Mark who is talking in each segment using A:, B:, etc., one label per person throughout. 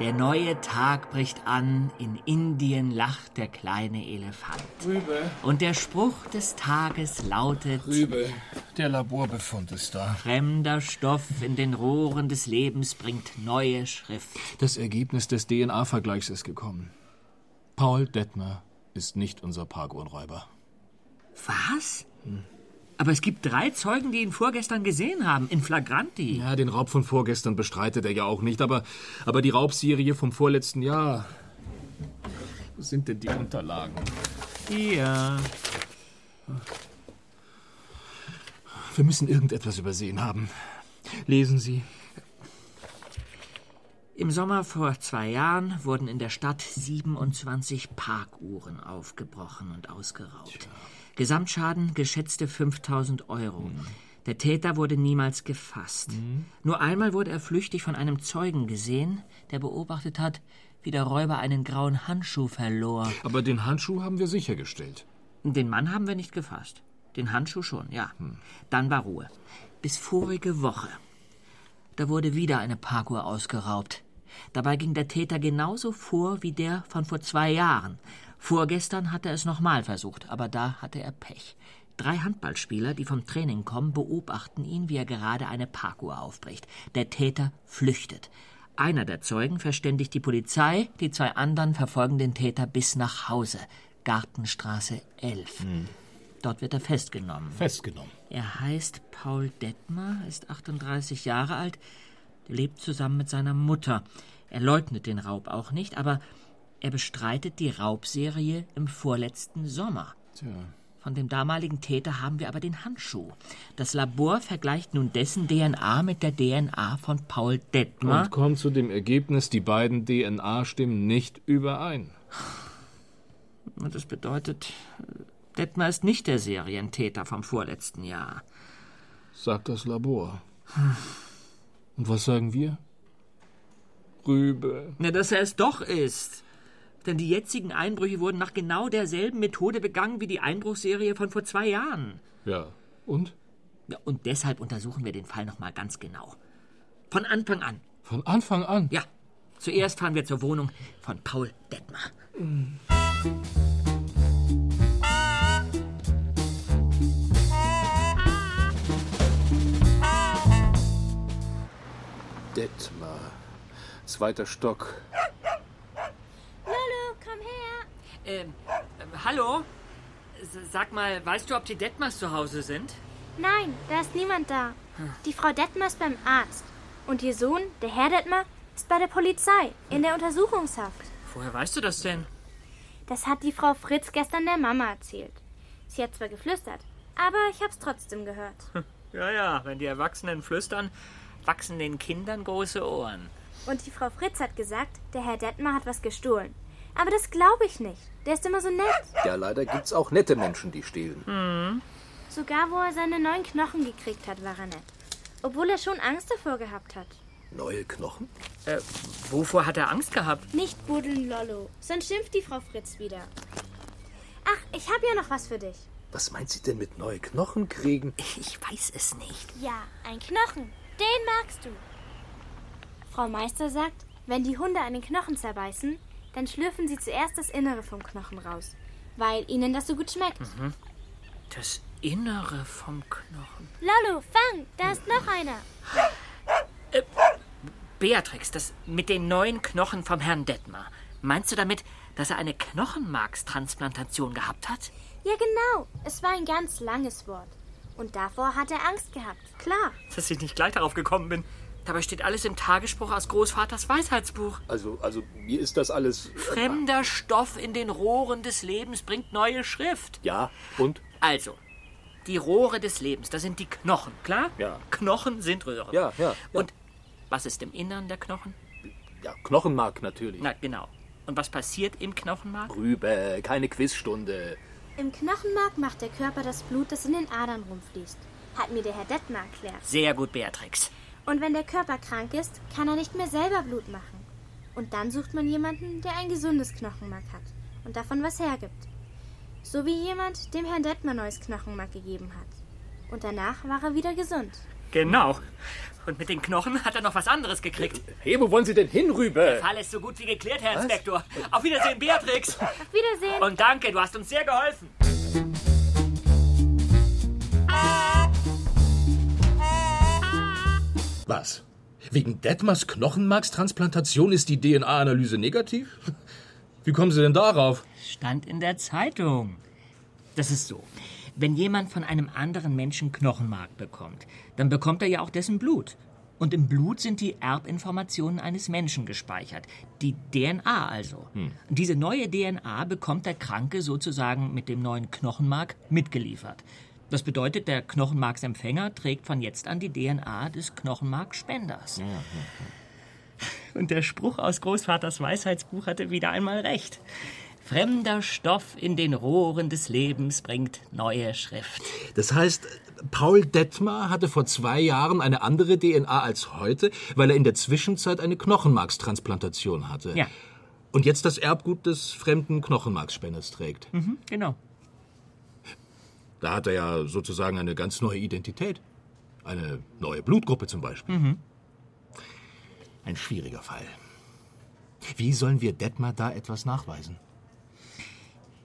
A: Der neue Tag bricht an, in Indien lacht der kleine Elefant.
B: Rübe,
A: Und der Spruch des Tages lautet
B: Rübe,
C: Der Laborbefund ist da.
A: Fremder Stoff in den Rohren des Lebens bringt neue Schrift.
C: Das Ergebnis des DNA-Vergleichs ist gekommen. Paul Detmer ist nicht unser Parkuhrenräuber.
A: Was? Hm. Aber es gibt drei Zeugen, die ihn vorgestern gesehen haben, in Flagranti.
C: Ja, den Raub von vorgestern bestreitet er ja auch nicht, aber, aber die Raubserie vom vorletzten Jahr. Wo sind denn die Unterlagen?
A: Ja.
C: Wir müssen irgendetwas übersehen haben. Lesen Sie.
A: Im Sommer vor zwei Jahren wurden in der Stadt 27 Parkuhren aufgebrochen und ausgeraubt. Gesamtschaden geschätzte 5000 Euro. Der Täter wurde niemals gefasst. Nur einmal wurde er flüchtig von einem Zeugen gesehen, der beobachtet hat, wie der Räuber einen grauen Handschuh verlor.
C: Aber den Handschuh haben wir sichergestellt.
A: Den Mann haben wir nicht gefasst. Den Handschuh schon, ja. Dann war Ruhe. Hm. Bis vorige Woche. Da wurde wieder eine Parkuhr ausgeraubt. Dabei ging der Täter genauso vor wie der von vor zwei Jahren. Vorgestern hat er es nochmal versucht, aber da hatte er Pech. Drei Handballspieler, die vom Training kommen, beobachten ihn, wie er gerade eine Parkuhr aufbricht. Der Täter flüchtet. Einer der Zeugen verständigt die Polizei, die zwei anderen verfolgen den Täter bis nach Hause. Gartenstraße 11. Dort wird er festgenommen.
C: Festgenommen.
A: Er heißt Paul Detmer, ist 38 Jahre alt, lebt zusammen mit seiner Mutter. Er leugnet den Raub auch nicht, aber er bestreitet die Raubserie im vorletzten Sommer.
C: Tja.
A: Von dem damaligen Täter haben wir aber den Handschuh. Das Labor vergleicht nun dessen DNA mit der DNA von Paul Detmer.
C: Und kommt zu dem Ergebnis, die beiden DNA stimmen nicht überein.
A: Und das bedeutet, Detmer ist nicht der Serientäter vom vorletzten Jahr.
C: sagt das Labor. Und was sagen wir? Rübe.
A: Na, dass er es doch ist. Denn die jetzigen Einbrüche wurden nach genau derselben Methode begangen wie die Einbruchserie von vor zwei Jahren.
C: Ja. Und?
A: Ja, und deshalb untersuchen wir den Fall nochmal ganz genau. Von Anfang an.
C: Von Anfang an.
A: Ja. Zuerst fahren wir zur Wohnung von Paul Detmer.
C: Detmar. Zweiter Stock.
D: Lulu, komm her.
A: hallo? Sag mal, weißt du, ob die Detmers zu Hause sind?
D: Nein, da ist niemand da. Die Frau Detmer ist beim Arzt. Und ihr Sohn, der Herr Detmer, ist bei der Polizei in der Untersuchungshaft.
A: Woher weißt du das denn?
D: Das hat die Frau Fritz gestern der Mama erzählt. Sie hat zwar geflüstert, aber ich hab's trotzdem gehört.
A: Ja, ja, wenn die Erwachsenen flüstern, wachsen den Kindern große Ohren.
D: Und die Frau Fritz hat gesagt, der Herr Detmer hat was gestohlen. Aber das glaube ich nicht. Der ist immer so nett.
E: Ja, leider gibt's auch nette Menschen, die stehlen.
D: Sogar wo er seine neuen Knochen gekriegt hat, war er nett. Obwohl er schon Angst davor gehabt hat.
E: Neue Knochen?
A: Äh, wovor hat er Angst gehabt?
D: Nicht buddeln, Lollo. Sonst schimpft die Frau Fritz wieder. Ach, ich habe ja noch was für dich.
E: Was meint sie denn mit neue Knochen kriegen?
A: Ich weiß es nicht.
D: Ja, ein Knochen. Den magst du. Frau Meister sagt, wenn die Hunde einen Knochen zerbeißen, dann schlürfen sie zuerst das Innere vom Knochen raus, weil ihnen das so gut schmeckt.
A: Das Innere vom Knochen.
D: Lollo, fang! Da ist noch einer.
A: Beatrix, das mit den neuen Knochen vom Herrn Detmar. Meinst du damit, dass er eine Knochenmarkstransplantation gehabt hat?
D: Ja, genau. Es war ein ganz langes Wort. Und davor hat er Angst gehabt. Klar.
A: Dass ich nicht gleich darauf gekommen bin. Dabei steht alles im Tagesspruch aus Großvaters Weisheitsbuch.
E: Also, also mir ist das alles. äh,
A: Fremder Stoff in den Rohren des Lebens bringt neue Schrift.
E: Ja, und?
A: Also, die Rohre des Lebens, das sind die Knochen, klar?
E: Ja.
A: Knochen sind Röhren.
E: Ja, ja, ja.
A: Und was ist im Innern der Knochen?
E: Ja, Knochenmark natürlich.
A: Na, genau. Und was passiert im Knochenmark?
F: Rübe, keine Quizstunde.
D: Im Knochenmark macht der Körper das Blut, das in den Adern rumfließt. Hat mir der Herr Detmer erklärt.
A: Sehr gut, Beatrix.
D: Und wenn der Körper krank ist, kann er nicht mehr selber Blut machen. Und dann sucht man jemanden, der ein gesundes Knochenmark hat und davon was hergibt. So wie jemand, dem Herrn Detmer neues Knochenmark gegeben hat. Und danach war er wieder gesund.
A: Genau. Und mit den Knochen hat er noch was anderes gekriegt.
F: Hey, wo wollen Sie denn hin, Rübe?
A: Fall ist so gut wie geklärt, Herr Inspektor. Auf Wiedersehen, Beatrix.
D: Auf Wiedersehen!
A: Und danke, du hast uns sehr geholfen.
E: Was? Wegen Detmers Knochenmarkstransplantation ist die DNA-Analyse negativ? Wie kommen Sie denn darauf?
A: Stand in der Zeitung. Das ist so. Wenn jemand von einem anderen Menschen Knochenmark bekommt, dann bekommt er ja auch dessen Blut. Und im Blut sind die Erbinformationen eines Menschen gespeichert. Die DNA also. Und Diese neue DNA bekommt der Kranke sozusagen mit dem neuen Knochenmark mitgeliefert. Das bedeutet, der Knochenmarksempfänger trägt von jetzt an die DNA des Knochenmarkspenders. Und der Spruch aus Großvaters Weisheitsbuch hatte wieder einmal recht. Fremder Stoff in den Rohren des Lebens bringt neue Schrift.
E: Das heißt, Paul Detmer hatte vor zwei Jahren eine andere DNA als heute, weil er in der Zwischenzeit eine Knochenmarkstransplantation hatte.
A: Ja.
E: Und jetzt das Erbgut des fremden Knochenmarkspenders trägt.
A: Hm, genau.
E: Da hat er ja sozusagen eine ganz neue Identität. Eine neue Blutgruppe zum Beispiel. Ein schwieriger Fall. Wie sollen wir Detmar da etwas nachweisen?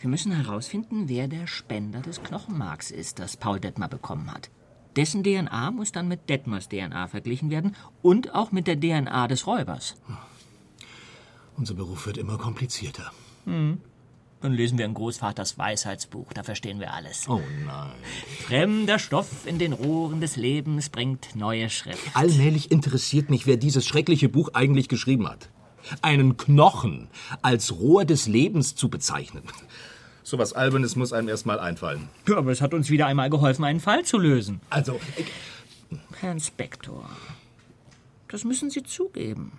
A: Wir müssen herausfinden, wer der Spender des Knochenmarks ist, das Paul Detmer bekommen hat. Dessen DNA muss dann mit Detmers DNA verglichen werden und auch mit der DNA des Räubers.
E: Unser Beruf wird immer komplizierter.
A: Dann lesen wir in Großvaters Weisheitsbuch, da verstehen wir alles.
E: Oh nein.
A: Fremder Stoff in den Rohren des Lebens bringt neue Schrift.
E: Allmählich interessiert mich, wer dieses schreckliche Buch eigentlich geschrieben hat. Einen Knochen als Rohr des Lebens zu bezeichnen. So was Albernes muss einem erstmal einfallen.
A: Ja, aber es hat uns wieder einmal geholfen, einen Fall zu lösen.
E: Also, ich-
A: Herr Inspektor, das müssen Sie zugeben.